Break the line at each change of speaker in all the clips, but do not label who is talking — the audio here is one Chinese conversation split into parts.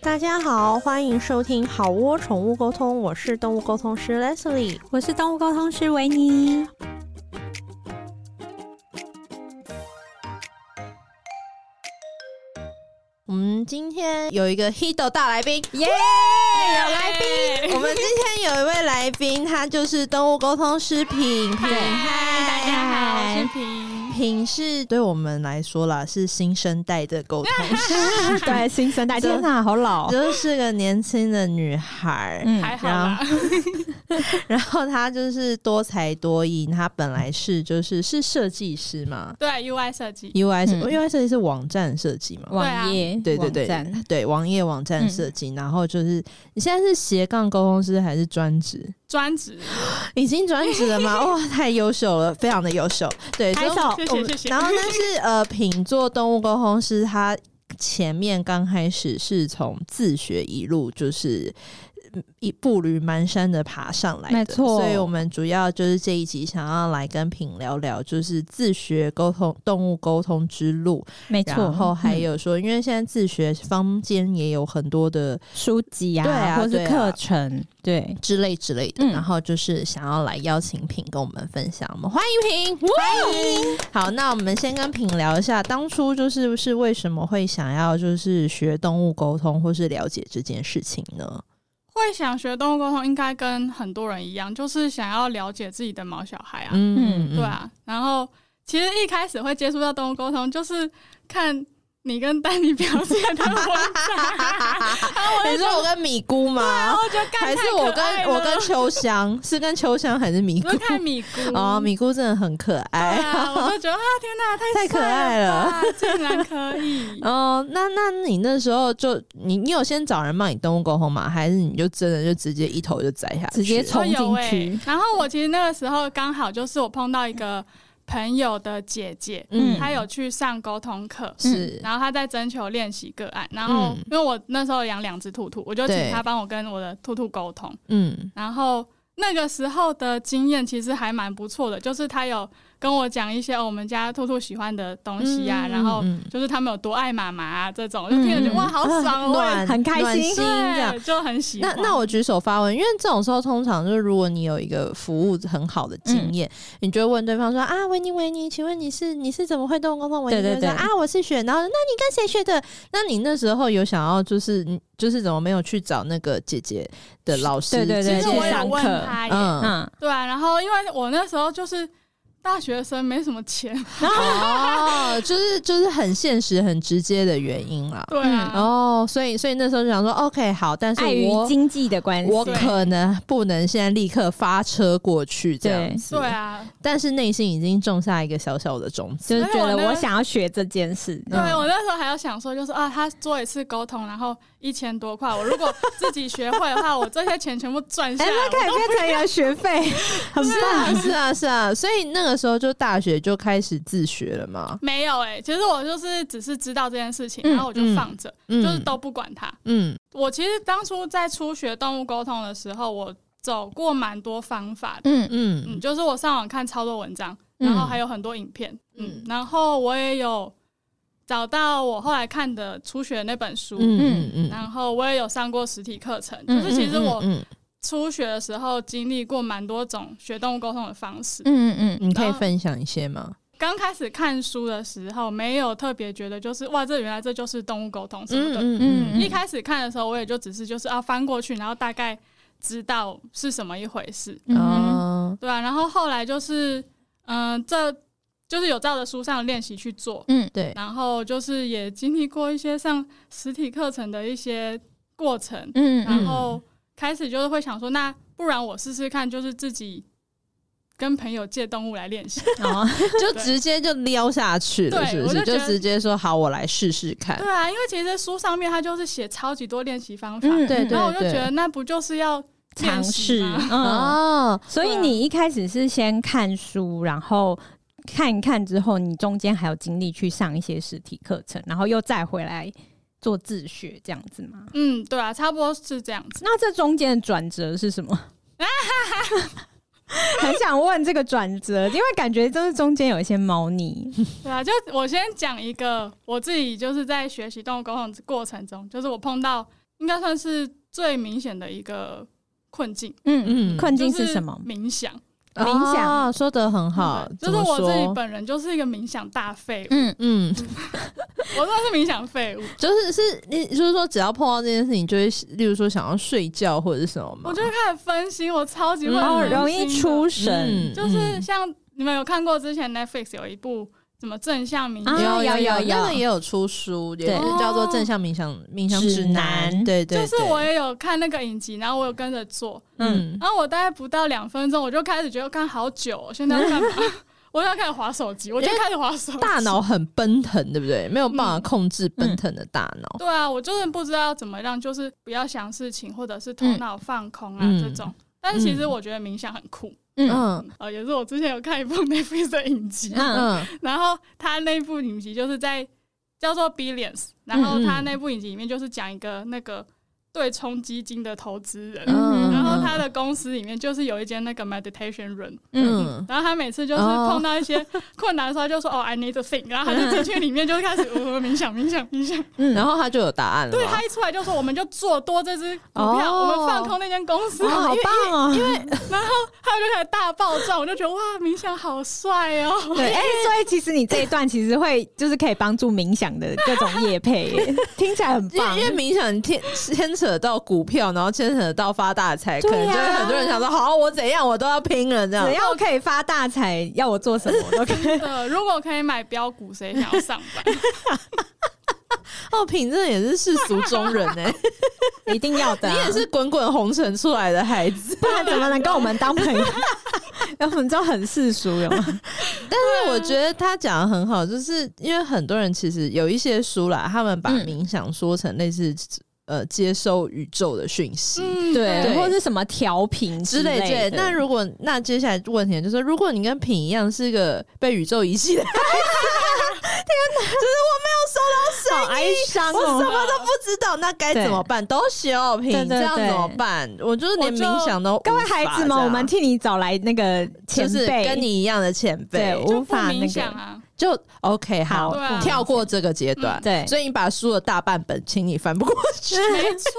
大家好，欢迎收听好窝宠物沟通，我是动物沟通师 Leslie。
我是动物沟通师维尼。
我们今天有一个 Hido 大来宾，
耶、有来宾，
我们今天有一位来宾，他就是动物沟通师品品。嗨
大家好，我是平。
品是对我们来说啦，是新生代的沟通 师，
对，新生代，
这
天 哪，好老，
就是个年轻的女孩。
嗯，
还好啦，
然后她就是多才多艺，她本来是就是是设计师嘛
对 UI 设计，
，UI 设、
嗯
UI 设计是网站设计嘛，
网页，
对对对
啊网站
对网页网
嗯
站设计。然后就是你现在是斜杠沟通师还是专职？
专职
已经专职了 吗？哇，太优秀了，非常的优秀。对，
拍
所以
手
谢
我
谢
们
谢谢。
然后但是呃，品做动物沟通师，他前面刚开始是从自学一路就是。嗯一步履蹒跚的爬上来的，
没错
所以我们主要就是这一集想要来跟品聊聊，就是自学沟通、动物沟通之路，
没错。
然后还
嗯
有说，因为现在自学坊间也有很多的
书籍
对啊
啊，或
对
是
啊
课程，对，
之类之类的，
嗯
然后就是想要来邀请品跟我们分享，我们欢迎品，欢迎。好，那我们先跟品聊一下，当初就是是为什么会想要就是学动物沟通或是了解这件事情呢？
会想学动物沟通，应该跟很多人一样，就是想要了解自己的毛小孩啊，
嗯
对，啊。然后其实一开始会接触到动物沟通，就是看你跟丹尼表姐的文 章，
嗯 你说我跟米姑吗？
啊我觉得干
还是
太可
我
爱
跟
了
我跟秋香？是跟秋香还是米姑
我？就看米姑
哦，米姑真的很可
对
爱。
啊，我就觉得啊，天哪，太
哦哎太可爱了。
帅吧，竟然可以
哦，那那你那时候就你你有先找人帮你动物沟通吗？还是你就真的就直接一头就栽下去？
直接
我
冲进
有哎，
去，
然后我其实那个时候刚好就是我碰到一个朋友的姐姐，
嗯
她有去上沟通课。
是
然后她在征求练习个案，然后
嗯
因为我那时候养两只兔兔，我就
对
请她帮我跟我的兔兔沟通。
嗯
然后那个时候的经验其实还蛮不错的，就是她有跟我讲一些、哦我们家兔兔喜欢的东西呀、
嗯
然后
嗯
就是他们有多爱妈妈、啊、这种，我就听着觉得
嗯
哇好爽哦，我也
暖
很开心
暖心这样
对，。就很喜
啊那
欢。
那我举手发问，因为这种时候通常就是，如果你有一个服务很好的
嗯
经验，你就会问对方说啊，维尼维尼，请问你是你是怎么会动工作？维尼
对
就
对
说
对
啊，我是学，然后那你跟谁学的？那你那时候有想要就是你就是怎么没有去找那个姐姐的老师？
对对对
其实
去
我有
上
问
课
他耶，
嗯，
嗯，
对啊，然后因为我那时候就是大学生，没什么钱，
哦，就是就是很现实、很直接的原因啦。
对啊，
嗯
哦，所以所以那时候就想说，OK，好，但是
碍于
我
经济的关系，
我
对
可能不能现在立刻发车过去这样子，
对
嗯
啊，
但是内心已经种下一个小小的种子。
就是
所以
觉
我
得
那
我想要学这件事，嗯
对我那时候还有想说，就是啊，他做一次沟通，然后一千多块，我如果自己学会的话，我这些钱全部赚下
哎，
来。
那可以变成一个学费，很
是啊，
棒，
是啊，是啊，所以那个时候就大学就开始自学了嘛。
没有哎、其实我就是只是知道这件事情，
嗯
然后我就放着，
嗯，
就是都不管它。
嗯
我其实当初在初学动物沟通的时候，我走过蛮多方法的。
嗯
嗯，
嗯
就是我上网看超多文章，
嗯
然后还有很多影片，嗯
嗯，
然后我也有找到我后来看的初学那本书，
嗯嗯嗯，
然后我也有上过实体课程，
嗯
就是其实我
嗯，嗯
初学的时候经历过蛮多种学动物沟通的方式。
嗯嗯
你可以分享一些吗？
刚开始看书的时候，没有特别觉得就是哇，这原来这就是动物沟通什么的。
嗯
嗯
一开始看的时候，我也就只是就是啊翻过去，然后大概知道是什么一回事，
嗯嗯，
哦，
对啊，然后后来就是，嗯、这就是有照着书上的练习去做，
嗯
对，
然后就是也经历过一些上实体课程的一些过程，
嗯
然
嗯
后开始就是会想说，那不然我试试看，就是自己跟朋友借动物来练习。
哦，
就直接就撩下去了，
对
是不
我
是？
就觉
就
得
直接说好，我来试试看
对。啊，因为其实书上面它就是写超级多练习方法，
嗯
对
然后我
对
就觉得那不就是要
尝
练习
试，
吗
嗯，
哦，
所以你一开始是先看书，然后看一看之后，你中间还有精力去上一些实体课程，然后又再回来做自学这样子吗？
嗯，对啊，差不多是这样子。
那这中间的转折是什 么？很想问这个转折，因为感觉就是中间有一些猫腻。
对啊，就我先讲一个我自己就是在学习动物沟通过程中，就是我碰到应该算是最明显的一个困境。
嗯
嗯
嗯，困境
就是
什么？
冥想，
冥想
哦说的很好，
就
怎
是
么
我
说
自己本人就是一个冥想大废 物，
嗯，
嗯，
我真的是冥想废物。
就是是你就是说，只要碰到这件事情，就会例如说想要睡觉或者是什么吗？
我就会开始分心，我超级会
嗯
哦，
分心的
容易出神。
嗯
就是像你们有看过之前 Netflix 有一部什么正向冥
啊
有
想，
有
有
有
那个也有出书，也
对
是叫做《正向冥想冥想
指
哦指南》
南
对，对对，
就是我也有看那个影集，然后我有跟着做，
嗯，
然后我大概不到两分钟，我就开始觉得看好久哦，现在要干嘛？ 我就要开始划手机，我就开始划手机。
哎大脑很奔腾，对不对？没有办法控制奔腾的大脑。
对啊，我就是不知道怎么让，就是不要想事情，或者是头脑放空啊、
嗯
这种。但是其实我觉得冥想很酷，
嗯
嗯
呃，也是我之前有看一部 Netflix 的影集，
嗯
嗯
然后他那部影集就是在叫做 Billions，然
嗯
后他那部影集里面就是讲一个那个对冲基金的投资人，
嗯，
然后他的公司里面就是有一间那个 meditation room，
嗯，
然后他每次就是碰到一些困难的时候，他就说哦、i need a think，然后
嗯
他就进去里面就开始呃冥想冥想冥想，
嗯，然后他就有答案了。
对他一出来就说我们就做多这只股票，
哦
我们放空那间公司，
哦，
然后
好棒哦！因为
他们就开始大爆炸，我就觉得哇，冥想好帅哦，
对，哎，所以其实你这一段其实会就是可以帮助冥想的各种业配耶， 听起来很
因
棒
为。因为冥想牵牵扯到股票，然后牵扯到发大财，可
对
能
啊
就会很多人想说：好，我怎样我都要拼了这样
只。要可以发大财，要我做什么我都可以。
真的，如果可以买标股，谁想要上班？
哦，品真的也是世俗中人 哎，
一定要的、啊
你也，是滚滚红尘出来的孩子。
不然怎么能跟我们当朋友？ 我们就很世俗，有 吗？
但是我觉得他讲的很好，就是因为很多人其实有一些书啦，他们把
嗯
冥想说成类似呃接收宇宙的讯息。
嗯，
对
或是什么调频
之类
类
之类
的
的。那如果那接下来问题就是，如果你跟品一样是个被宇宙遗弃的，天 哪！就是我没有收到
好
声
哀伤
我什
哦。
么都不知道，那该怎么办？都小品
对对对
这样怎么办？我就是连冥想都无法
各位孩子
这
们，
样
我们替你找来那个前
就是
辈，
跟你一样的前辈
对，
就
无
不
法那
冥
个
想啊，
就 OK 好
对啊，
跳过这个阶段。
嗯对
所以你把书的大半本，请你翻不过 去。
没错，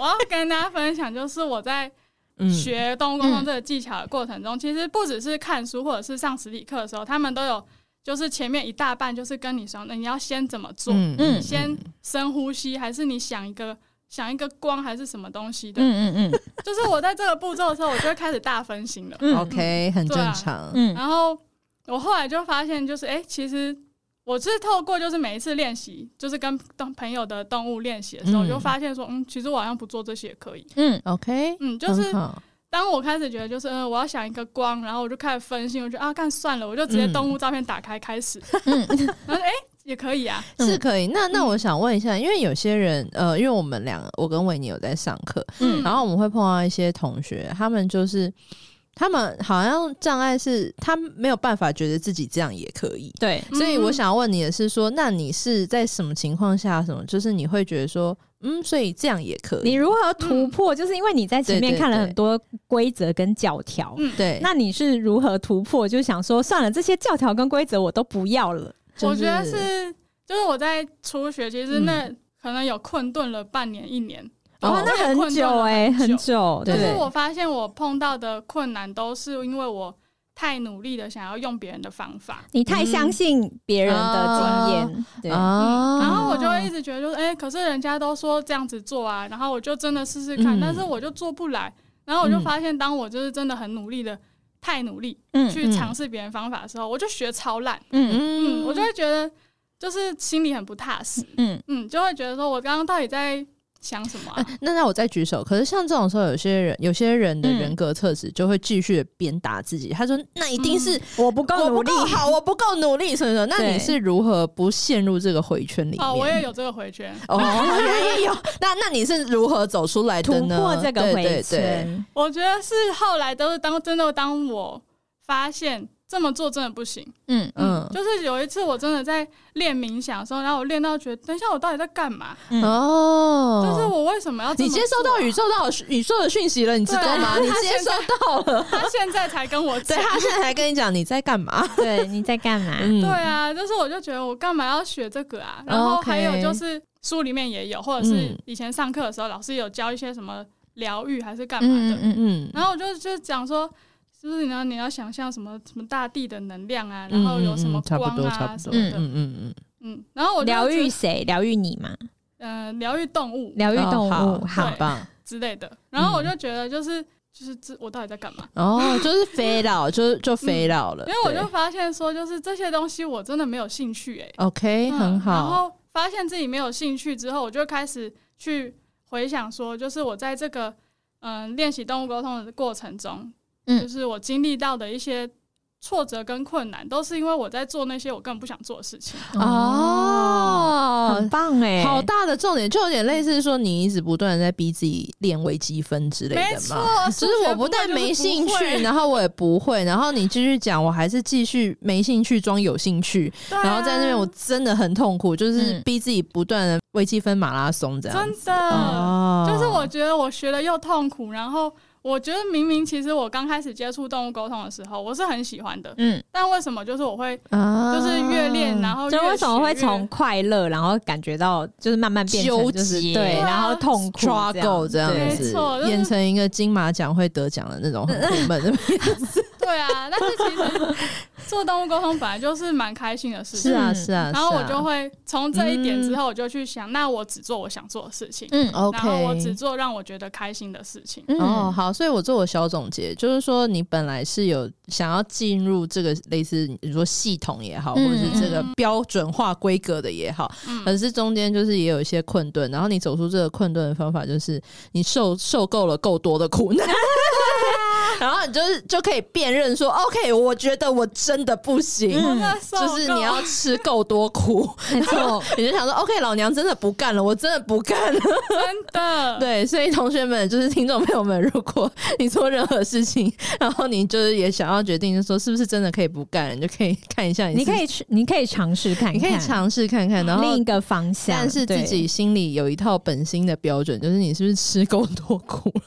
我要跟大家分享，就是我在
嗯，
学动物沟通这个技巧的过程中，其实不只是看书或者是上实体课的时候，他们都有，就是前面一大半就是跟你说，那哎你要先怎么做，
嗯
嗯
先深呼吸，还是你想一个想一个光，还是什么东西的？
嗯嗯嗯
就是我在这个步骤的时候，我就会开始大分心了。
嗯
OK，很
对
正
啊
常。
嗯
然后我后来就发现，就是哎、诶其实我是透过就是每一次练习，就是跟动朋友的动物练习的时
嗯
候，我就发现说，嗯，其实我好像不做这些也可以。
嗯
OK，
嗯，就是
很好
当我开始觉得就是，嗯、我要想一个光，然后我就开始分心，我就啊，干算了，我就直接
嗯
动物照片打开 开始，
嗯
然后哎、诶也可以啊，
是可以。那那
嗯
我想问一下，因为有些人，呃，因为我们两个，我跟维尼有在上课，
嗯
然后我们会碰到一些同学，他们就是他们好像障碍是他没有办法觉得自己这样也可以。
对，
所以我
嗯
想要问你的是说，那你是在什么情况下，什么就是你会觉得说，嗯，所以这样也可
你
以？
如何突破？就是因为你在前面
对对
看了
对
很多规则跟教条，
嗯
对，
那你是如何突破？就想说算了，这些教条跟规则我都不要了。
我觉得是就是我在初学，其
嗯
实那可能有困顿了半年一年，
哦
哇，那
我也
很
困顿
久
了
哎、很久，
对
但是
对，
我发现我碰到的困难都是因为我太努力的想要用别人的方法，
你太相信别人的经验，对，
啊
嗯然后我就会一直觉得就是，哎、可是人家都说这样子做啊，然后我就真的试试看，
嗯
但是我就做不来，然后我就
嗯
发现，当我就是真的很努力的。太努力
嗯
去尝试别人方法的时候，我就学超烂，
嗯
嗯，
嗯
我就会觉得就是心里很不踏实，
嗯
嗯，就会觉得说我刚刚到底在想什么、啊？
嗯那那我再举手。可是像这种时候，有些人有些人的
嗯
人格特质就会继续地鞭打自己。他说：“那一定是
我不嗯够
我
努
不
力，
够好，我不够努力。”什么什么？那
对
你是如何不陷入这个回圈呃里面？
哦，我也有这个回圈，
哦， 原来也有。那那你是如何走出来
突
的呢？
破这个
对
回
对对
圈，
我觉得是后来都是当真的当我发现这么做真的不行，
嗯
嗯
就是有一次我真的在练冥想的时候，然后我练到觉得，等一下我到底在干嘛？
嗯
哦，
就是我为什么要这
你
么
接收
做
到
啊
宇宙到宇宙的讯息了，你知道吗？你接收到了，
他现在才跟我
对啊
讲。
他现在才跟你讲你在干嘛。
对，你在干嘛？
嗯
对啊，就是我就觉得我干嘛要学这个啊？然后
哦 OK
还有就是书里面也有，或者是
嗯
以前上课的时候老师有教一些什么疗愈还是干嘛的，
嗯
嗯，
然后我就就讲说，是不是你要你要想象什么什么大地的能量啊，
嗯
然后有什么
嗯嗯差不
光
多差
啊
不
什
多
么的，
嗯嗯嗯，
嗯，然后我就
疗
觉
愈
得，
谁？疗愈你嘛？
嗯，疗愈动物
疗愈动
哦
物，
好，
好
很棒。
之类的，然后我
嗯
就觉得就是就是这我到底在干嘛？
哦，就是肥佬，就是就肥佬了。
嗯因为我就
呃对
发现说，就是这些东西我真的没有兴趣哎、
OK，
嗯
很
然
好。
后发现自己没有兴趣之后，我就开始去回想说，就是我在这个嗯练习动物沟通的过程中，
嗯
就是我经历到的一些挫折跟困难，都是因为我在做那些我根本不想做的事情。
哦
嗯
很棒哎，
好大的重点，就有点类似说你一直不断的在逼自己练微积分之类
没
的
错
嘛。，只
数
是
学
我
不
不但
会就是
没
不
兴趣
会，
然后我也不会，然后你继续讲，我还是继续没兴趣装有兴趣，
对啊
然后在那边我真的很痛苦，就是
嗯
逼自己不断的微积分马拉松这样子。
啊真的、
哦
就是我觉得我学了又痛苦，然后我觉得明明其实我刚开始接触动物沟通的时候，我是很喜欢的，
嗯，
但为什么就是我会
啊
就是越练，然后
就
越
为什么会
学越
从快乐，然后感觉到就是慢慢变成就是
纠结
对，
对啊
然后痛苦
struggle 这样
对
子
没错就，是
演成一个金马奖会得奖的那种很苦 闷的
对啊，但是其实 做动物沟通本来就是蛮开心的事
是
情。
啊
嗯
是啊，嗯
然后我
是啊
就会从这一点之后，我就去想，那我只做我想做的事情，
嗯
OK，
然后我只做让我觉得开心的事情。
嗯
哦，好，所以我做我小总结，就是说你本来是有想要进入这个类似你说系统也好，或
嗯
者是这个
嗯
标准化规格的也好，
嗯，
可是中间就是也有一些困顿，然后你走出这个困顿的方法就是你受受够了够多的苦 难。然后你就是就可以辨认说，OK，我觉得我真的不行，
我那时候
就是
跟
你
我
要吃够多苦，
嗯没错，
你就想说，OK，老娘真的不干了，我真的不干了。
真 的
对，所以同学们，就是听众朋友们，如果你做任何事情，然后你就是也想要决定，就说是不是真的可以不干，你就可以看一下你
你
是不
可
哎是，
以去，你可以尝试看看，
你可以尝试看看，然后
另一。个方向，
但是自
对
己心里有一套本心的标准，就是你是不是吃够多苦了，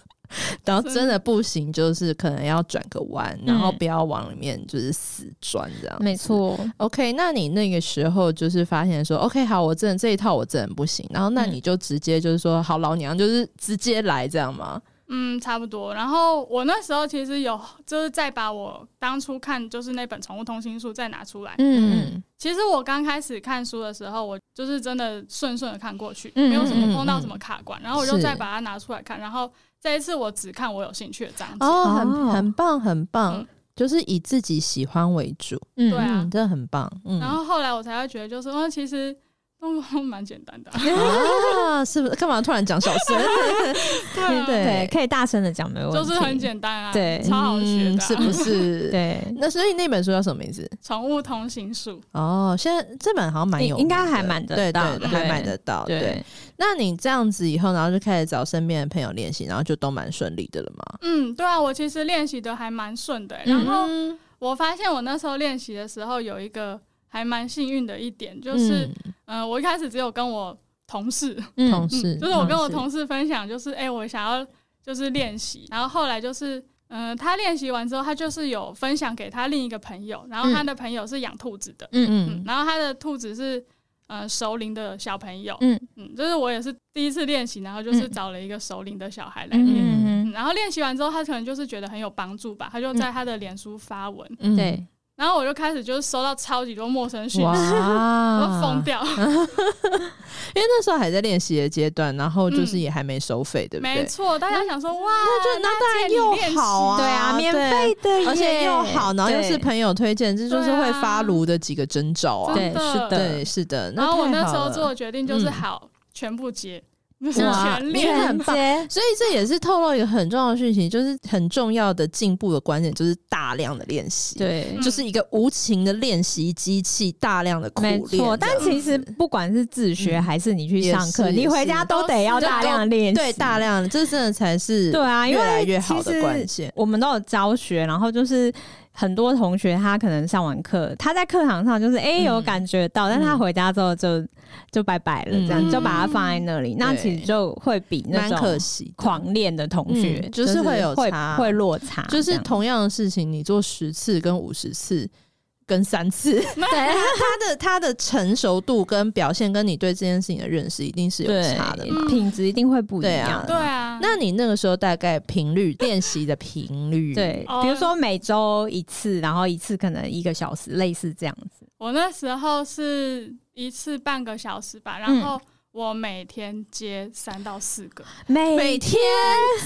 然后真的不行，就是可能要转个弯，然后
嗯
不要往里面就是死钻这样。
没错，
OK，那你那个时候就是发现说，OK，好，我真的这一套我真的不行，然后那
嗯
你就直接就是说，好，老娘就是直接来这样吗？
嗯，差不多。然后我那时候其实有，就是再把我当初看就是那本《宠物通心术》再拿出来。
嗯
嗯，
其实我刚开始看书的时候，我就是真的顺顺的看过去，
嗯
没有什
嗯嗯
么碰到什么卡关，然后我就是再把它拿出来看，然后这一次我只看我有兴趣的章节。
哦，
哦
很很棒，很棒，
嗯
就是以自己喜欢为主，
嗯
对啊
嗯，这很棒，嗯，
然后后来我才会觉得，就是哦，其实动物蛮简单的、啊，
啊，是不是干嘛突然讲小声？ 对
对啊
对，可以大声的讲，没问题，
就是很简单啊，
对
超好学
嗯
的啊、
是不是？。
对，
那所以那本书叫什么名字？
宠物通行术，
哦，现在这本好像蛮有名
应应
的，
该还蛮得
对
到
对，
对
还买得到。对，
对，
那你这样子以后，然后就开始找身边的朋友练习，然后就都蛮顺利的了嘛。
嗯，对啊，我其实练习的还蛮顺的欸、
嗯
然后
嗯
我发现我那时候练习的时候有一个还蛮幸运的一点，就是，嗯、呃我一开始只有跟我同事，
嗯
嗯
同事
嗯，就是我跟我
事
同事分享，就是哎、诶我想要就是练习，然后后来就是，嗯、他练习完之后，他就是有分享给他另一个朋友，然后他的朋友是养兔子的，嗯
嗯
然后他的兔子是呃熟龄的小朋友，
嗯
嗯，就是我也是第一次练习，然后就是找了一个熟龄的小孩来练，嗯
嗯嗯
然后练习完之后，他可能就是觉得很有帮助吧，他就在他的脸书发文，
嗯
嗯，对，
然后我就开始就是收到超级多陌生讯
嗯哇啊
息，， 我都疯掉，
因为那时候还在练习的阶段，然后就是
嗯
也还没收费，对不对
没？错，大家想说哇，
那就那当然
借你
又
练习
好啊，
对啊，免费的耶，
而且又好，然后又是朋友推荐，这就是会发炉的几个征兆啊。
对，
真的
是的，
对，是的。
然后我
太
那
好
时候
了
做的决定就是
嗯
好，全部接，就是
哇
全
你
练。
很棒
接，
所以这也是透露一个很重要的讯息，就是很重要的进步的关键就是大量的练习，，
对，嗯
就是一个无情的练习机器，大量的苦
没
练。
错。但其实不管是自学还是你去上
嗯也
课，
是
你回家都得要大量练习，
对大量，这真的才是
对啊，因
越
为
来越好
其实
的关键。
我们都有教学，然后就是很多同学他可能上完课，他在课堂上就是哎、
嗯
有感觉到，但他回家之后就就拜拜了，这样、
嗯
就把它放在那里，那其实就会比那
蛮可
种
惜的，
狂练的同学、
嗯就是会有
会
差
会落差，
就
这
是
样
同样的事情，你做十次跟五十次，跟三次，对他的他的成熟度跟表现，跟你对这件事情的认识一定是有差的嘛。
嗯
品质一定会不一
对
样
啊。
对啊，
那你那个时候大概频率练习的频率，
对
哦，
比如说每周一次，然后一次可能一个小时，类似这样子。
我那时候是一次半个小时
嗯
吧，然后我每天接三到四个，
哦每
每哦
天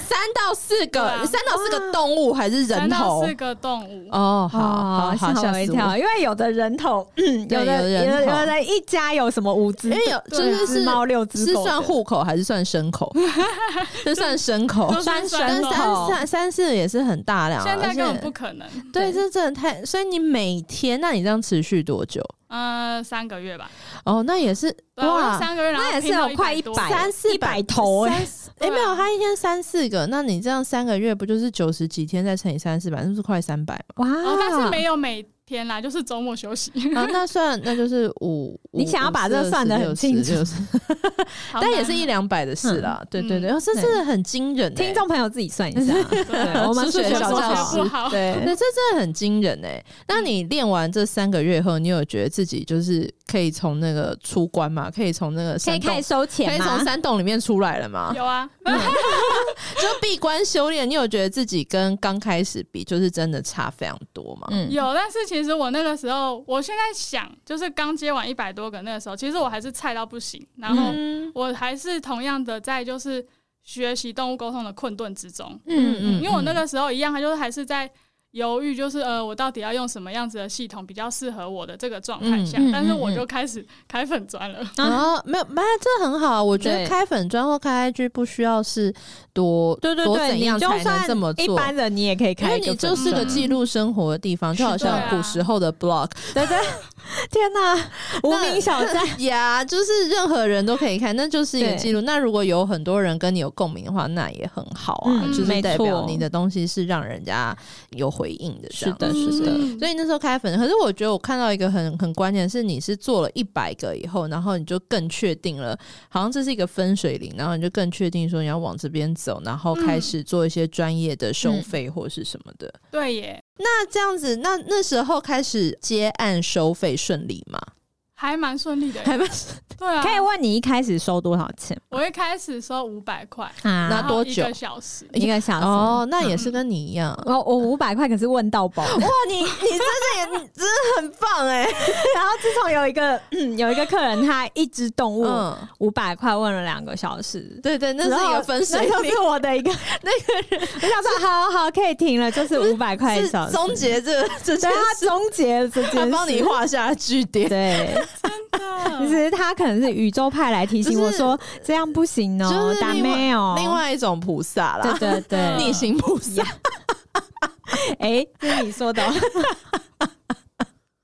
三到四个，
对啊
三到四个动物还是
三
人
到
头
四？个动物。
哦，好
哦
好好，
吓
吓
我一
死
跳，因为有的人头，嗯
对
有的
有的人
有
头
的人一家有什么五只
因，为有就
对啊
是
四只
是
猫六只
是
狗的，
算户口还是算牲口？是算牲口，
就是
算
牲
跟三
口
三三四也是很大量啊，
现在根
而且
本不可能，
对，
对
这真的太，所以你每天，那你这样持续多久？
呃，三个月吧，
哦，那也是
对啊，我
哇
就，三个月，然后
那也是
拼到
有快
100多
百
三四
一百头哎
哎、诶
对啊
没有，他一天三四个，那你这样三个月不就是九十几天，再乘以三四百，那就是快三百 嘛？
哇
哦，但是没有每天啦，就是周末休息。
啊，那算那就是五，
你想要把这算得很清楚
楚，就
嗯
是
好
但也
难
是一两百的事啦。对对对，哦，这
对
真的很惊人、欸，
听众朋友自己算 一下，对，我们
数
数
学
学
小
不
教
好
师
不好
对，
对，
这真的很惊人哎、那你练完这三个月后，你有觉得自己就是可以从那个出关嘛？可以从那个
可以
山洞，
开始收
可
钱
以从
吗？
山洞里面出来了吗？
有啊，
就闭关修炼，你有觉得自己跟刚开始比，就是真的差非常多吗？
嗯，
有，但是其实我那个时候，我现在想，就是刚接完一百多个那个时候，其实我还是菜到不行，然后
嗯
我还是同样的在就是学习动物沟通的困顿之中，
嗯
因为我那个时候一样，他就是还是在犹豫，就是呃，我到底要用什么样子的系统比较适合我的这个状态下
嗯嗯，
但是我
嗯嗯
就开始开粉砖 了，
然后没有，没有，这很好。我觉得
对
开粉砖或开 IG 不需要是多
对对
多
对，
怎样
你就
才能
算
这么
一
做。
般人你也可以
因
开
为
一
你
个粉
就
砖，
是个记录生活的地方，就好
是的
像
啊
古时候的 blog，
对对， 天哪，无名小站，
呀就是任何人都可以看，那就是一个
对
记录。那如果有很多人跟你有共鸣的话，那也很好啊，
嗯
就是
没
代表
错
你的东西是让人家有回应的这样子。
是的是的
嗯
所以那时候开粉，可是我觉得我看到一个很很关键的是，你是做了一百个以后，然后你就更确定了，好像这是一个分水岭，然后你就更确定说你要往这边走，然后开
嗯
始做一些专业的收费或是什么的。
对耶，
那这样子，那那时候开始接案收费顺利吗？
还蛮顺利的 耶，
还蛮
对 啊，
可以问你一开始收多少钱
我一开始收五百块，
啊
那
然后
多
一
久
个小时，
一个小时
哦，那也是跟你一样。
我哦我五百块可是问到 饱，
哇，你你真的也你真的很棒哎、
然后自从有一个、嗯、有一个客人，他一只动物
嗯，
五百块问了两个小时，
对对，那是一个分水
然后那
岭
就，是我的一个那个人，我想说好好可以停了，就是五百块一
是
小时，
终结这个这
对
件
他
事，
终结了这件
他
事，
帮你画下了句点。
对，
真
其
的
实他可能是宇宙派来提醒我说、这样不行
就
哦，
是
打
另外
没有，
另外一种菩萨啦，
对对对，
逆行菩萨。
哎，这是你说的哦，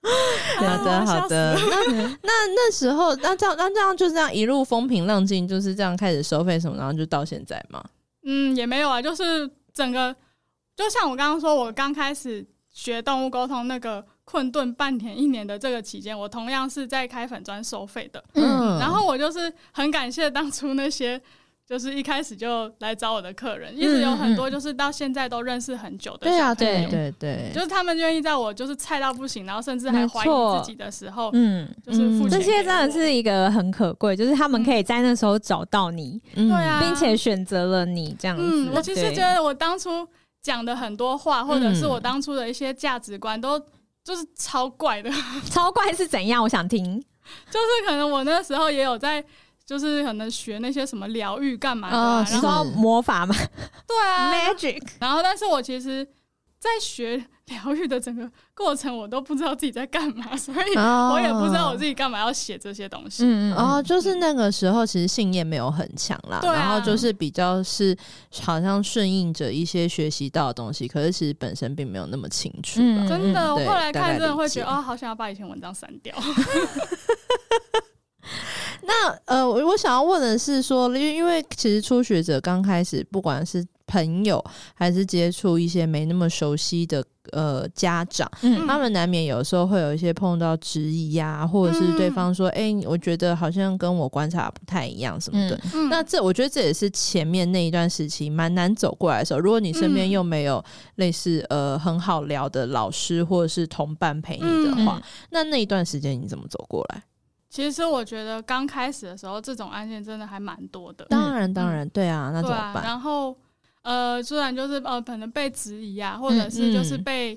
好的，好的。那 那那时候，那这样那这样就这样一路风平浪静，就是这样开始收费什么，然后就到现在嘛。
嗯，也没有啊，就是整个，就像我刚刚说，我刚开始学动物沟通那个困顿半年、一年的这个期间，我同样是在开粉砖收费的。
嗯，
然后我就是很感谢当初那些，就是一开始就来找我的客人，一直
嗯
有很多就是到现在都认识很久的
对啊，
小朋友
对对对，
就是他们愿意在我就是菜到不行，然后甚至还
没
怀
错
疑自己的时候，
嗯。
就是付
嗯
钱
这
给
些真的
我
是一个很可贵，就是他们可以在那时候找到你，
对
对啊
并且选择了你这样子。
嗯，我其实
对
觉得我当初讲的很多话，或者是
嗯
我当初的一些价值观，都就是超怪的。
超怪是怎样？我想听。
就是可能我那时候也有在，就是可能学那些什么疗愈干嘛的、啊
哦
呃你
然后
说
是
魔法吗
对 啊，
？Magic
然后但是我其实，在学疗愈的整个过程，我都不知道自己在干嘛，所以
嗯
我也不知道我自己干嘛要写这些东西。
嗯。嗯
哦，
哦，
就是那个时候其实信念没有很强啦，
对啊
然后就是比较是好像顺应着一些学习到的东西，可是其实本身并没有那么清楚吧。
嗯
真的，我
对
后来
大概
看真的
理
会
解
觉得，哦，好想要把以前文章删掉。
那呃，我我想要问的是说，因为因为其实初学者刚开始，不管是朋友，还是接触一些没那么熟悉的呃家长，
嗯
他们难免有时候会有一些碰到质疑呀、或者是对
嗯
方说：“哎、我觉得好像跟我观察不太一样什么的。
嗯
嗯
那这我觉得这也是前面那一段时期蛮难走过来的时候。如果你身边
嗯
又没有类似呃很好聊的老师或者是同伴陪你的话，
嗯
那那一段时间你怎么走过来？
其实我觉得刚开始的时候，这种案件真的还蛮多的。
当然，当然，对啊，那怎
对
么
啊，
办？
然后呃，虽然就是呃，可能被质疑啊，或者是就是
嗯
被、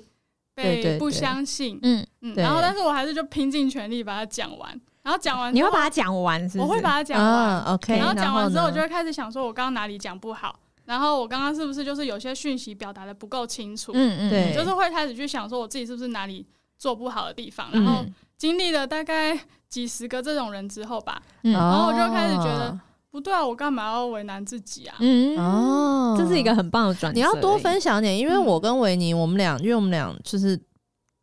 对对
被不
对
相信，
嗯，
嗯，
对
然后但是我还是就拼尽全力把它讲完，然后讲完
你
之
会
后
把它讲完是不是？
我会把它讲完，
嗯，OK，
然后讲完之后我就
呢
会开始想说，我刚刚哪里讲不好，然后我刚刚是不是就是有些讯息表达的不够清楚，
嗯嗯
对
就是会开始去想说我自己是不是哪里做不好的地方，
嗯
然后经历了大概几十个这种人之后吧，
嗯
然
后我就开始觉
哦
得不对啊，我干嘛要为难自己啊？
嗯哦，
哦，
这是一个很棒的转折。
你要多
欸
分享点，因为
嗯
我跟维尼，我们俩，因为我们俩就是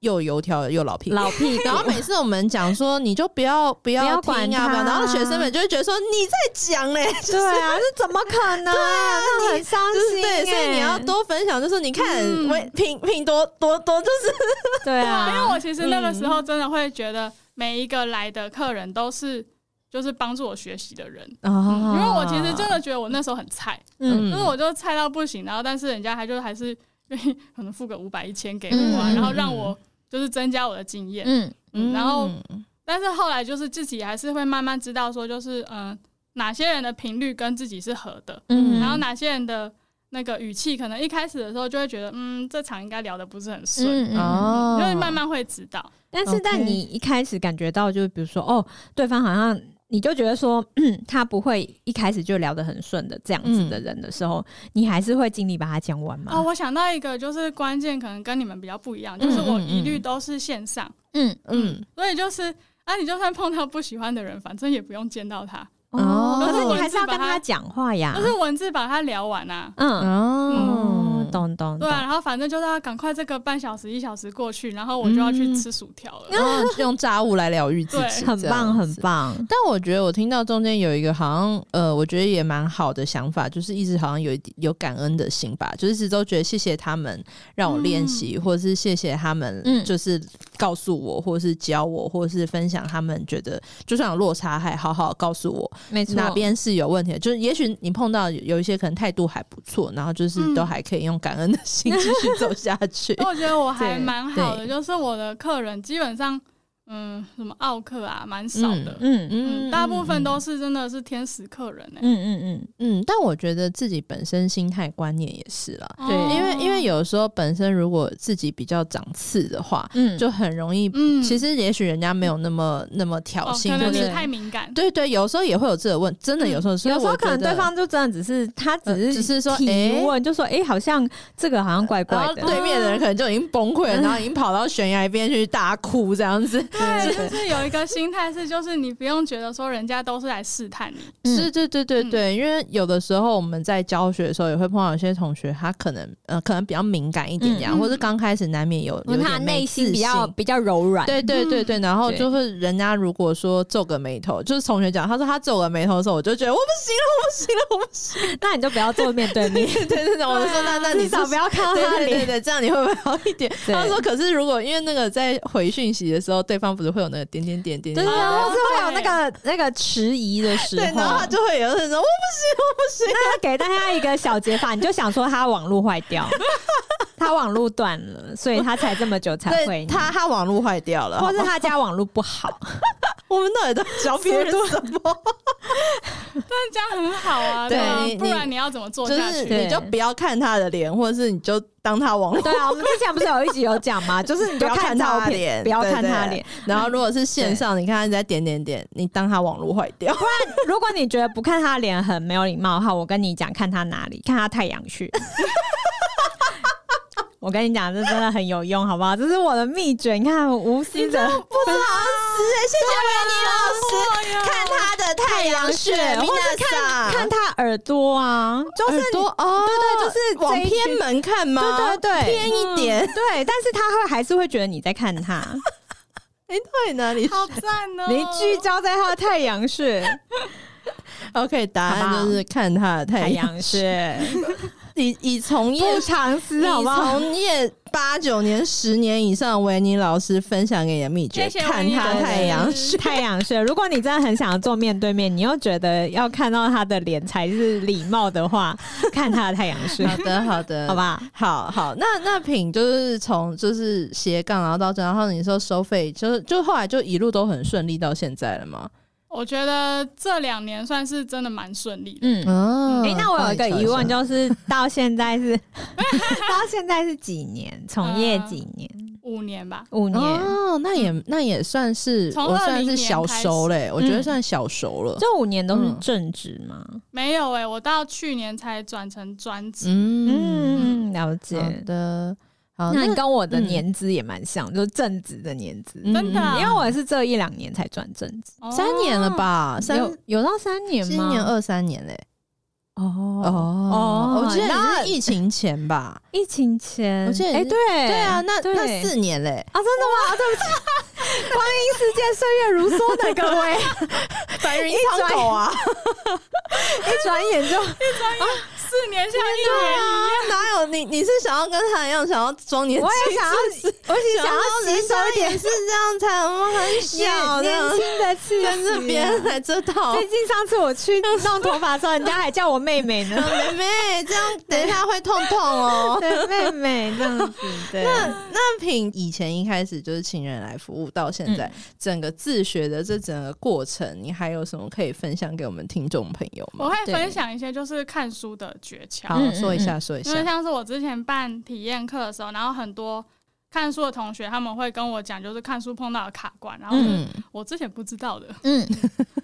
又油条又老屁股。
老屁股，
然后每次我们讲说，你就不要不要
不要
听
管
啊，
他
不要然后学生们就会觉得说你在讲嘞，就是
对啊，这怎么可能？对啊，那很伤
就是
心、欸
对，所以你要。多分享，就是你看
嗯
维拼拼多多多就是
对
对啊，因为
啊，
我其实那个时候真的会觉得每一个来的客人都是就是帮助我学习的人。因
哦
为我其实真的觉得我那时候很菜，
啊嗯
就是我就菜到不行，然后但是人家还就还是愿意可能付个五百一千给我啊，
嗯
然后让我就是增加我的经验。
嗯
嗯然后
嗯
但是后来就是自己还是会慢慢知道说，就是嗯、呃哪些人的频率跟自己是合的，
嗯
然后哪些人的那个语气，可能一开始的时候就会觉得嗯这场应该聊的不是很顺，
嗯哦。
哦，
就是慢慢会知道。
但是，但
OK
你一开始感觉到，就是比如说，哦，对方好像你就觉得说，嗯 他不会一开始就聊得很顺的这样子的人的时候，你还是会尽力把他讲完吗？
哦，，我想到一个，就是关键可能跟你们比较不一样，就是我一律都是线上，
嗯，
嗯
所以就是啊，你就算碰到不喜欢的人，反正也不用见到他，
哦，
哦
可是你还是要跟他讲话呀
就。是文字把它聊完啊。
嗯，
哦
哦，懂懂
对
懂。
啊，然后反正就是要赶快这个半小时一小时过去，然后我就要去吃薯条了。
然后用炸物来疗愈自己，
对
很
这
棒，
样
很
子
棒。
但我觉得我听到中间有一个好像呃，我觉得也蛮好的想法，就是一直好像有一点有感恩的心吧，就是一直都觉得谢谢他们让我练习，或者是谢谢他们
嗯
就是告诉我，或者是教我，或者是分享他们觉得就算有落差，还好好告诉我
没错，
哪边是有问题的。就是也许你碰到有有一些可能态度还不错，然后就是都还可以用感恩的心继续走下去
因。为我觉得我还
对
蛮好的，
对
就是我的客人基本上，嗯，什么奥客啊，蛮少的，
嗯嗯
嗯，大部分都是真的是天使客人哎、
嗯嗯
嗯，但我觉得自己本身心态观念也是啦，
对
哦
因为因为有时候本身如果自己比较长刺的话，
嗯，
就很容易。
嗯
其实也许人家没有那么那么挑
哦，
衅，
可
或
能
者
你
是
太敏感，
对对，有时候也会有这个问，真的
嗯
有时候，所以
有时候
我觉
可能
得
对方就真的只是他只
呃
是
只是说
提
诶
问，就说哎，好像这个好像怪
然
怪
后
的，
对面的人可能就已经崩溃了，然后已经跑到悬崖边去大哭这样子。
对，
对
就是有一个心态是，就是你不用觉得说人家都是来试探你，
嗯
是，对对对对，因为有的时候我们在教学的时候，也会碰到有些同学，他可能呃可能比较敏感一点点啊，
嗯
或者刚开始难免有有
因为他
点没
内
自
心比较
信
比较柔软，
对对对对，然后
嗯对
就会人家如果说皱个眉头，就是同学讲，他说他皱个眉头的时候，我就觉得我不行了，我不行了，
那你就不要坐面对
我
面，
不行了。对对对，我啊就说那那你
至少
是
不要看到
对
他
对对
脸。
对，这样你会不会好一点？
对
他说，可是如果因为那个在回讯息的时候，对方不是会有那个点点点点点
对
点
啊，或
哦
是会有那
对
个那个迟疑的时
对，
候，
然后他就会有人说我不行，我不行。
那给大家一个小解法，你就想说他网络坏掉， 他网络断了，所以他才这么久 才
对
会，
他，他网络坏掉了，
或
者
是他家网络不好，
我们到底在教别人什么？
但这样很好啊，
对
吧
你
不然你要怎么做
就
下
是
去？
你就不要看他的脸，或者是你就当他网络
对啊，我们之前不是有一集有讲 吗？就是你
不
就
要看
照
他脸
片，不要
对
看
对
他脸。
然后如果是线上，你看他在点点点，你当他网络坏掉，
如果你觉得不看他脸很没有礼貌的话，我跟你讲，看他哪里，看他太阳 穴。我跟你讲，这真的很有用，好不好？这是我的秘诀。你看，无私的，
不好意思，哎谢谢维尼 老师，看他的太阳 穴，
或是看看他耳朵啊，
就是多哦，对
对就是
往
这一
偏
群
门看吗？
对对对，嗯
偏一点，
对，但是他会还是会觉得你在看 他，
哎，到底哪里
好赞哦！
你聚焦在他的太阳穴，
？OK，答
好不
案
好
就是看他的
太
太
阳。穴。
以以从业
不藏私，好
以
不好？
从业八九年、十年以上，维尼老师分享给你的秘诀，
谢谢维
看
尼
他
老师
太阳
是
嗯太阳穴，如果你真的很想要做面对面，你又觉得要看到他的脸才是礼貌的话，看他的太阳穴，
好的， 好的，
好？吧？
好好，那那品就是从就是斜杠，然后到这，然后你说收费，就是就后来就一路都很顺利到现在了吗？
我觉得这两年算是真的蛮顺利的。
嗯。
哦
嗯
哎、那我有一个疑问，
就
就是到现 在是到现在是几年？从业几年？
五年吧，
五年。
嗯哦，那也那也算是
从
我算
20
是
年
小
开
熟
始
嘞，我觉得
嗯嗯
算小熟了。
这五年都是
嗯
正职吗？
没有哎、我到去年才转成专职。
嗯，
嗯，了解。哦
好的，好，
那
那
你跟我的
嗯
年资也蛮像，就是正职的年资。
嗯
真的啊
因为我是这一两年才转正职，
哦
三年了？吧？三
有有到三年吗？
今年二三年嘞。
哦
哦，我记得
那
你是疫情前吧？
疫情前，
我记得你
哎、
是
对
对啊，那
对
那四年嘞，
啊，真的吗？对不起，光阴似箭，岁月如梭的各位，
白云
苍狗
啊！
一转眼就
四年下一
对
年，
啊，哪有你？你是想要跟他一样，想要装年轻？
我也想要，我也想要吸收一点
是这样才我们很小
年
的，
轻的气息、啊。
跟着别人来这套。
最近上次我去弄头发的时候，人家还叫我妹妹 呢，
妹妹，这样等一下会痛痛哦。
对妹妹这样子，对。
那那品以前一开始就是请人来服务，到现在、整个自学的这整个过程，你还有什么可以分享给我们听众朋友
我
吗？
会
对
分享一些就是看书的诀
好
窍，
嗯嗯，嗯
说一下，说一
因为
下。
像是我之前办体验课的时候，然后很多看书的同学他们会跟我讲，就是看书碰到的卡关，然后是
嗯，
我之前不知道的，
嗯，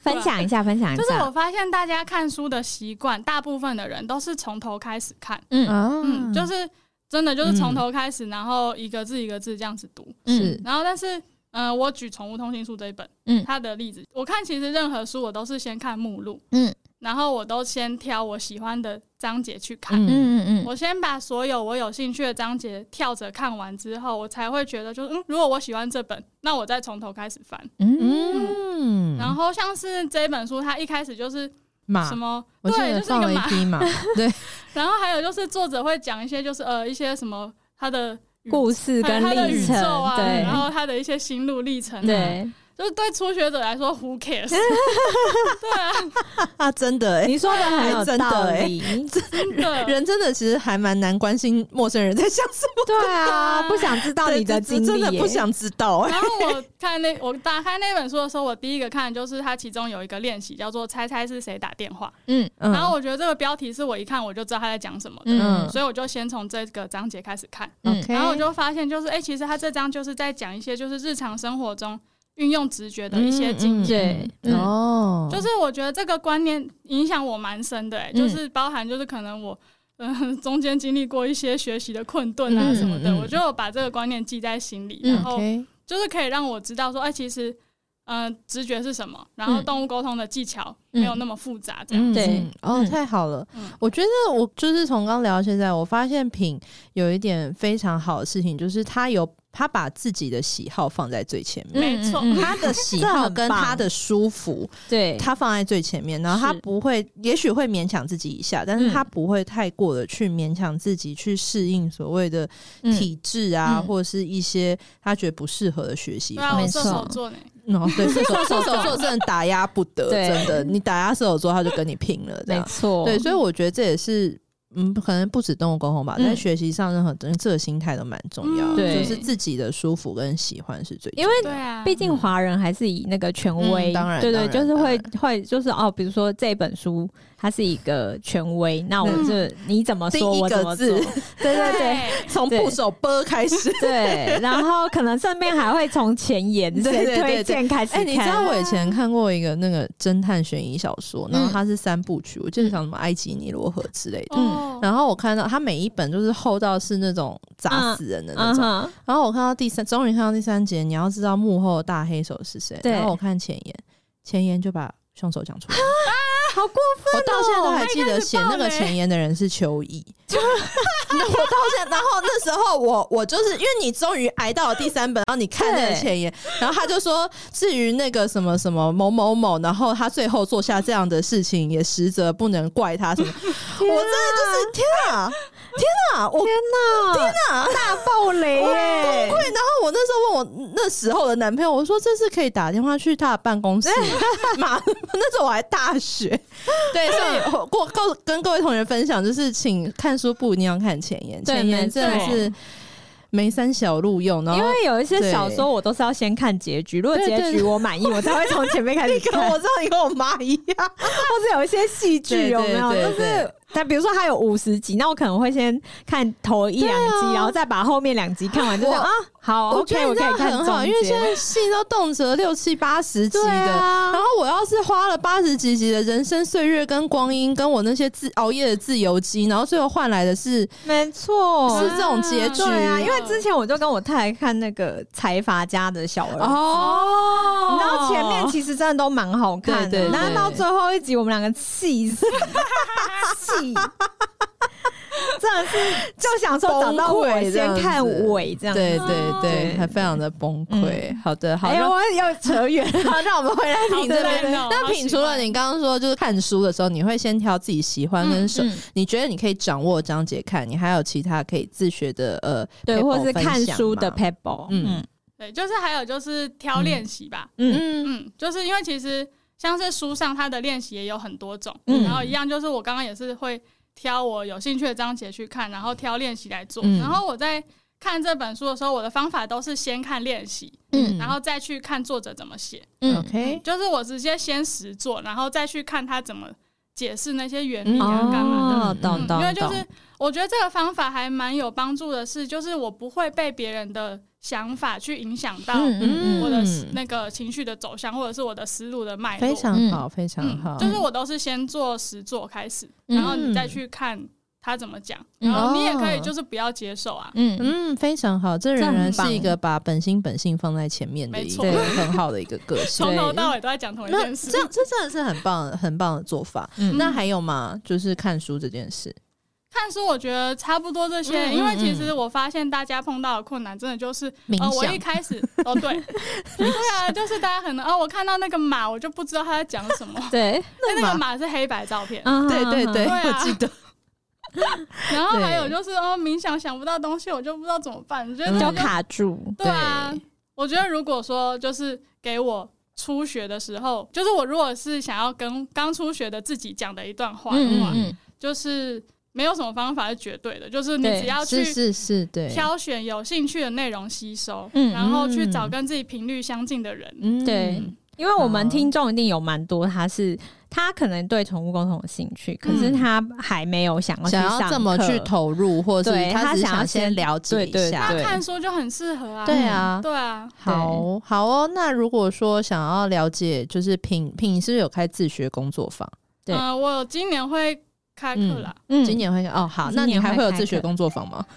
分享一下，分享一
就是
下。
我发现大家看书的习惯，大部分的人都是从头开始看，
嗯
啊
嗯，就是真的就是从头开始，然后一个字一个字这样子读，
是
然后但是。嗯，我举《宠物通信书》这一本，
嗯
嗯，它的例子，我看其实任何书我都是先看目录，
嗯
嗯，然后我都先挑我喜欢的章节去看，
嗯
嗯嗯
我先把所有我有兴趣的章节跳着看完之后，我才会觉得就是，嗯，如果我喜欢这本，那我再从头开始翻。
嗯
嗯，
然后像是这本书，它一开始就是
马
什，么，
我记
对，
得
就是一
放
个
了一
马。
匹马，
然后还有就是作者会讲一些就是呃一些什么他的
嗯，故事跟
他他的宇
历程
宙，啊，
对
然后他的一些心路历程、啊，，
对。
就是对初学者来说 ，who cares？
啊，真的哎、
你说的哎很有
还真的
道理，
真的。
人真的其实还蛮难关心陌生人在想什么，
对啊，
对
不想知道你的经历，
真的不。想知道哎、
然后我看那我打开那本书的时候，我第一个看就是它其中有一个练习叫做“猜猜是谁打电话”。
嗯
嗯
然后我觉得这个标题是我一看我就知道他在讲什么的，
嗯
所以我就先从这个章节开始看，
嗯
OK
然后我就发现就是，哎、其实他这章就是在讲一些就是日常生活中运用直觉的一些经
嗯
验。
对
嗯
嗯
哦，
就是是我觉得这个观念影响我蛮深的、哎，
嗯
就是包含就是可能我嗯、中间经历过一些学习的困顿啊
嗯
什么的，
嗯嗯
我就有把这个观念记在心里，
嗯
然后
OK，
就是可以让我知道说，哎、其实嗯、呃直觉是什么，然后
嗯
动物沟通的技巧
嗯
没有那么复杂，这样。
对
嗯哦，
嗯
太好了。
嗯
我觉得我就是从刚聊到现在，我发现品有一点非常好的事情，就是他有他把自己的喜好放在最前面。
没错
嗯嗯嗯
他的喜
这很
好
棒
跟他的舒服，
对，
他放在最前面，然后他
是
不会，也许会勉强自己一下，但是
嗯
他不会太过的去勉强自己去适应所谓的
嗯
体制啊，
嗯
或者是一些他觉得不适合的学习
对啊，
方
我
式。
没
射
错
手座呢，
哦，对，射手射手座真的打压不得，
对
真的，你打压射手座，他就跟你拼了，这
没
样。
错，
对，所以我觉得这也是，嗯，可能不止动物沟通吧，
嗯
在学习上任何东西，这个心态都蛮重要的，
嗯
对
就是自己的舒服跟喜欢是最重
因
要
为
的，
对啊，
毕竟华人还是以那个权威，
嗯当然
对
当
对，
然
就是会
当
会就是哦，比如说这本书它是一个权威，那我
嗯
这你怎么
第
说，
一
我怎
个
么
字
做，对对对。
从部首“啵”开始。
对，然后可能顺便还会从前 言
对对
谁
对对
推荐开始
哎、
看。
你知道我以前看过一个那个侦探悬疑小说，然后它是三部曲，我记得像什么埃及尼罗河之类的。
哦
然后我看到它每一本就是厚到是那种砸死人的那
嗯
种，
哼，
然后我看到第三，终于看到第三节，你要知道幕后的大黑手是谁。
对
然后我看前言，前言就把凶手讲出来了。
好过分！
我到现在都还记
哦他一
得
开始
写那
爆
个
嘞
前言的人是邱 毅。那我到现在，然后那时候我我就是因为你终于挨到了第三本，然后你看那个
对
前言，然后他就说，至于那个什么什么某某某，然后他最后做下这样的事情，也实则不能怪他 什么。
啊
我真的就是天啊，天啊，我
天哪，天
哪
哦大暴雷耶！
对，然后我那时候问我那时候的男朋友，我说这是可以打电话去他的办公室吗，妈， 那时候我还大学，对，所以我过告跟各位同学分享，就是请看书不一定要看前言，
对
前言
没
真的
错
是没三小路用，然
因
后
为有一些小说我都是要先看结局，如果
对对
结局我满意，我才会从前面开 始
跟
看。
我知道你跟我妈一样，啊
或者有一些戏剧有没有？
对对
就
对对
是它，比如说它有五十集，那我可能会先看头一两集，
对啊
然后再把后面两集看完，就这样
我
啊，好
我觉
，OK，
得
我
这
可
样
以看
很
中
好，因为
间
现在戏都动辄六七八十集
对
的，
啊
然，后我要是花了八十几集的人生岁月跟光阴，跟我那些自熬夜的自由基，然后最后换来的是
没错，
是这种结局
哦对啊，因为之前我就跟我太太看那个财阀家的小儿子。
哦
你知道前面其实真的都蛮好看
对
的，
对
但是
对
到最后一集我们两个气死，气，真的是就想说找到
崩
我
溃这样
先
子
看尾这样子。
对对对，
对
还非常的崩溃。好的，好
哎呀，
的。
我要扯远 了，
好，让我们回来品这
好
边
赞。哦
那
好
品
喜
除了
欢
你刚刚说，就是看书的时候，你会先挑自己喜欢
嗯
跟手，你觉得你可以掌握的章节看，你还有其他可以自学的呃，
对，
paper
或是
分
看
享
书的
吗
Pebble，
嗯
嗯
对，就是还有就是挑练习吧，
嗯
嗯
嗯，就是因为其实像是书上它的练习也有很多种，
嗯
然后一样就是我刚刚也是会挑我有兴趣的章节去看，然后挑练习来做。
嗯
然后我在看这本书的时候，我的方法都是先看练习，
嗯
然后再去看作者怎么写，
嗯，
OK，
就是我直接先实做，然后再去看他怎么解释那些原
嗯
理啊干嘛的。
哦
嗯，
懂
因为
懂
就是
懂，
我觉得这个方法还蛮有帮助的是，就是我不会被别人的想法去影响到
嗯嗯
我
嗯，
的
嗯
那个情绪的走向，或者是我的思路的脉络。
非常
嗯
好，非常好嗯
嗯，。就是我都是先做实做开始，然后你再去看他怎么讲，
嗯
然后你也可以
哦
就是不要接受啊。
嗯
嗯，非常好，这仍
这
然
很
是一
棒
个把本心本性放在前面的
没
一
错
个很好的一个个性。
从头
对
到尾都在讲同一
那
件事
这。样这真的是很棒的很棒的做法。
嗯
那还有吗？就是看书这件事，
看书我觉得差不多这些，
嗯
因为
嗯
其实我发现大家碰到的困难真的就是，
冥
哦，我
想
一开始，哦对，对啊，就是大家可能哦，我看到那个马，我就不知道他在讲什么，
对，
因为那个马是黑白 照片，
嗯
对对对，
对啊
我记得
然后还有
对
就是哦，冥想想不到东西，我就不知道怎么办，我觉得
嗯
那
就
个
卡住，
对啊，我觉得如果说就是给我初学的时候，就是我如果是想要跟刚初学的自己讲的一段话的话，
嗯
就是没有什么方法是绝对的，就是你
对
只要去
是是是，对，
挑选有兴趣的内容吸收，
嗯
然后去找跟自己频率相近的人。
嗯
对因为我们听众一定有蛮多，他是他可能对宠物沟通有兴趣，可是他还没有想要去
想
上
要这么去
课
投入，或者是
对他
只是
想要
想先
先
了解
对
一
对
下，
对
啊看书就很适合啊，
对啊
嗯对啊，
好好哦。那如果说想要了解，就是品品是不是有开自学工作坊？
对
嗯、我今年会开课啦，
嗯
今年会哦，好，
今
那你
年
还
会
会有
开
自学
课
工作坊吗？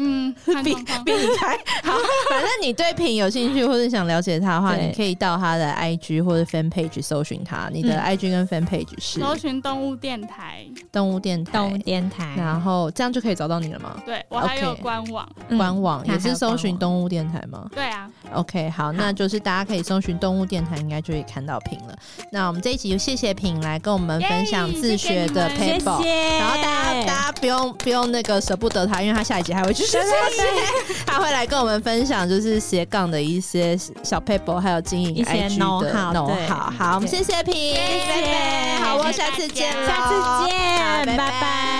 嗯，看状况。
逼你开。好，反正你对品有兴趣或者想了解他的话，
对
你可以到他的 IG 或者 Fan Page 搜寻他。你的
嗯
IG 跟 Fan Page 是
搜寻动物电台，
动物电台，
动物电台，
然后这样就可以找到你了吗？
对我还有
OK
官网，
嗯
官网也
它还
是
有
搜
官
寻
网
动物电台吗
对啊，
？OK，好，那就是大家可以搜寻动物电台，应该就可以看到品了。那我们这一集就谢谢品来跟我们分享
耶
自学的
谢谢
谢
paper，
谢。
然后大家大家不用不用那个舍不得他，因为他下一集还会去 学习，他会来跟我们分享就是斜杠的一些小 paper，还有经营
一些
IG 的
know-how，
know
对
好，好，我们谢谢平，
谢谢
好，我下次见咯，
大家下次见
好
拜拜